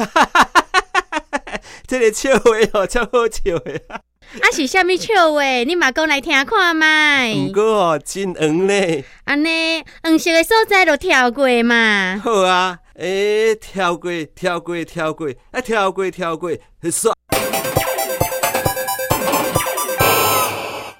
个笑话哦，超好笑的。啊是虾米笑话？你嘛讲来听看卖。毋过哦，真黄咧。安尼黄色的所在就跳过嘛。好啊，诶、跳过，跳过，跳过，啊，跳过，跳过，刷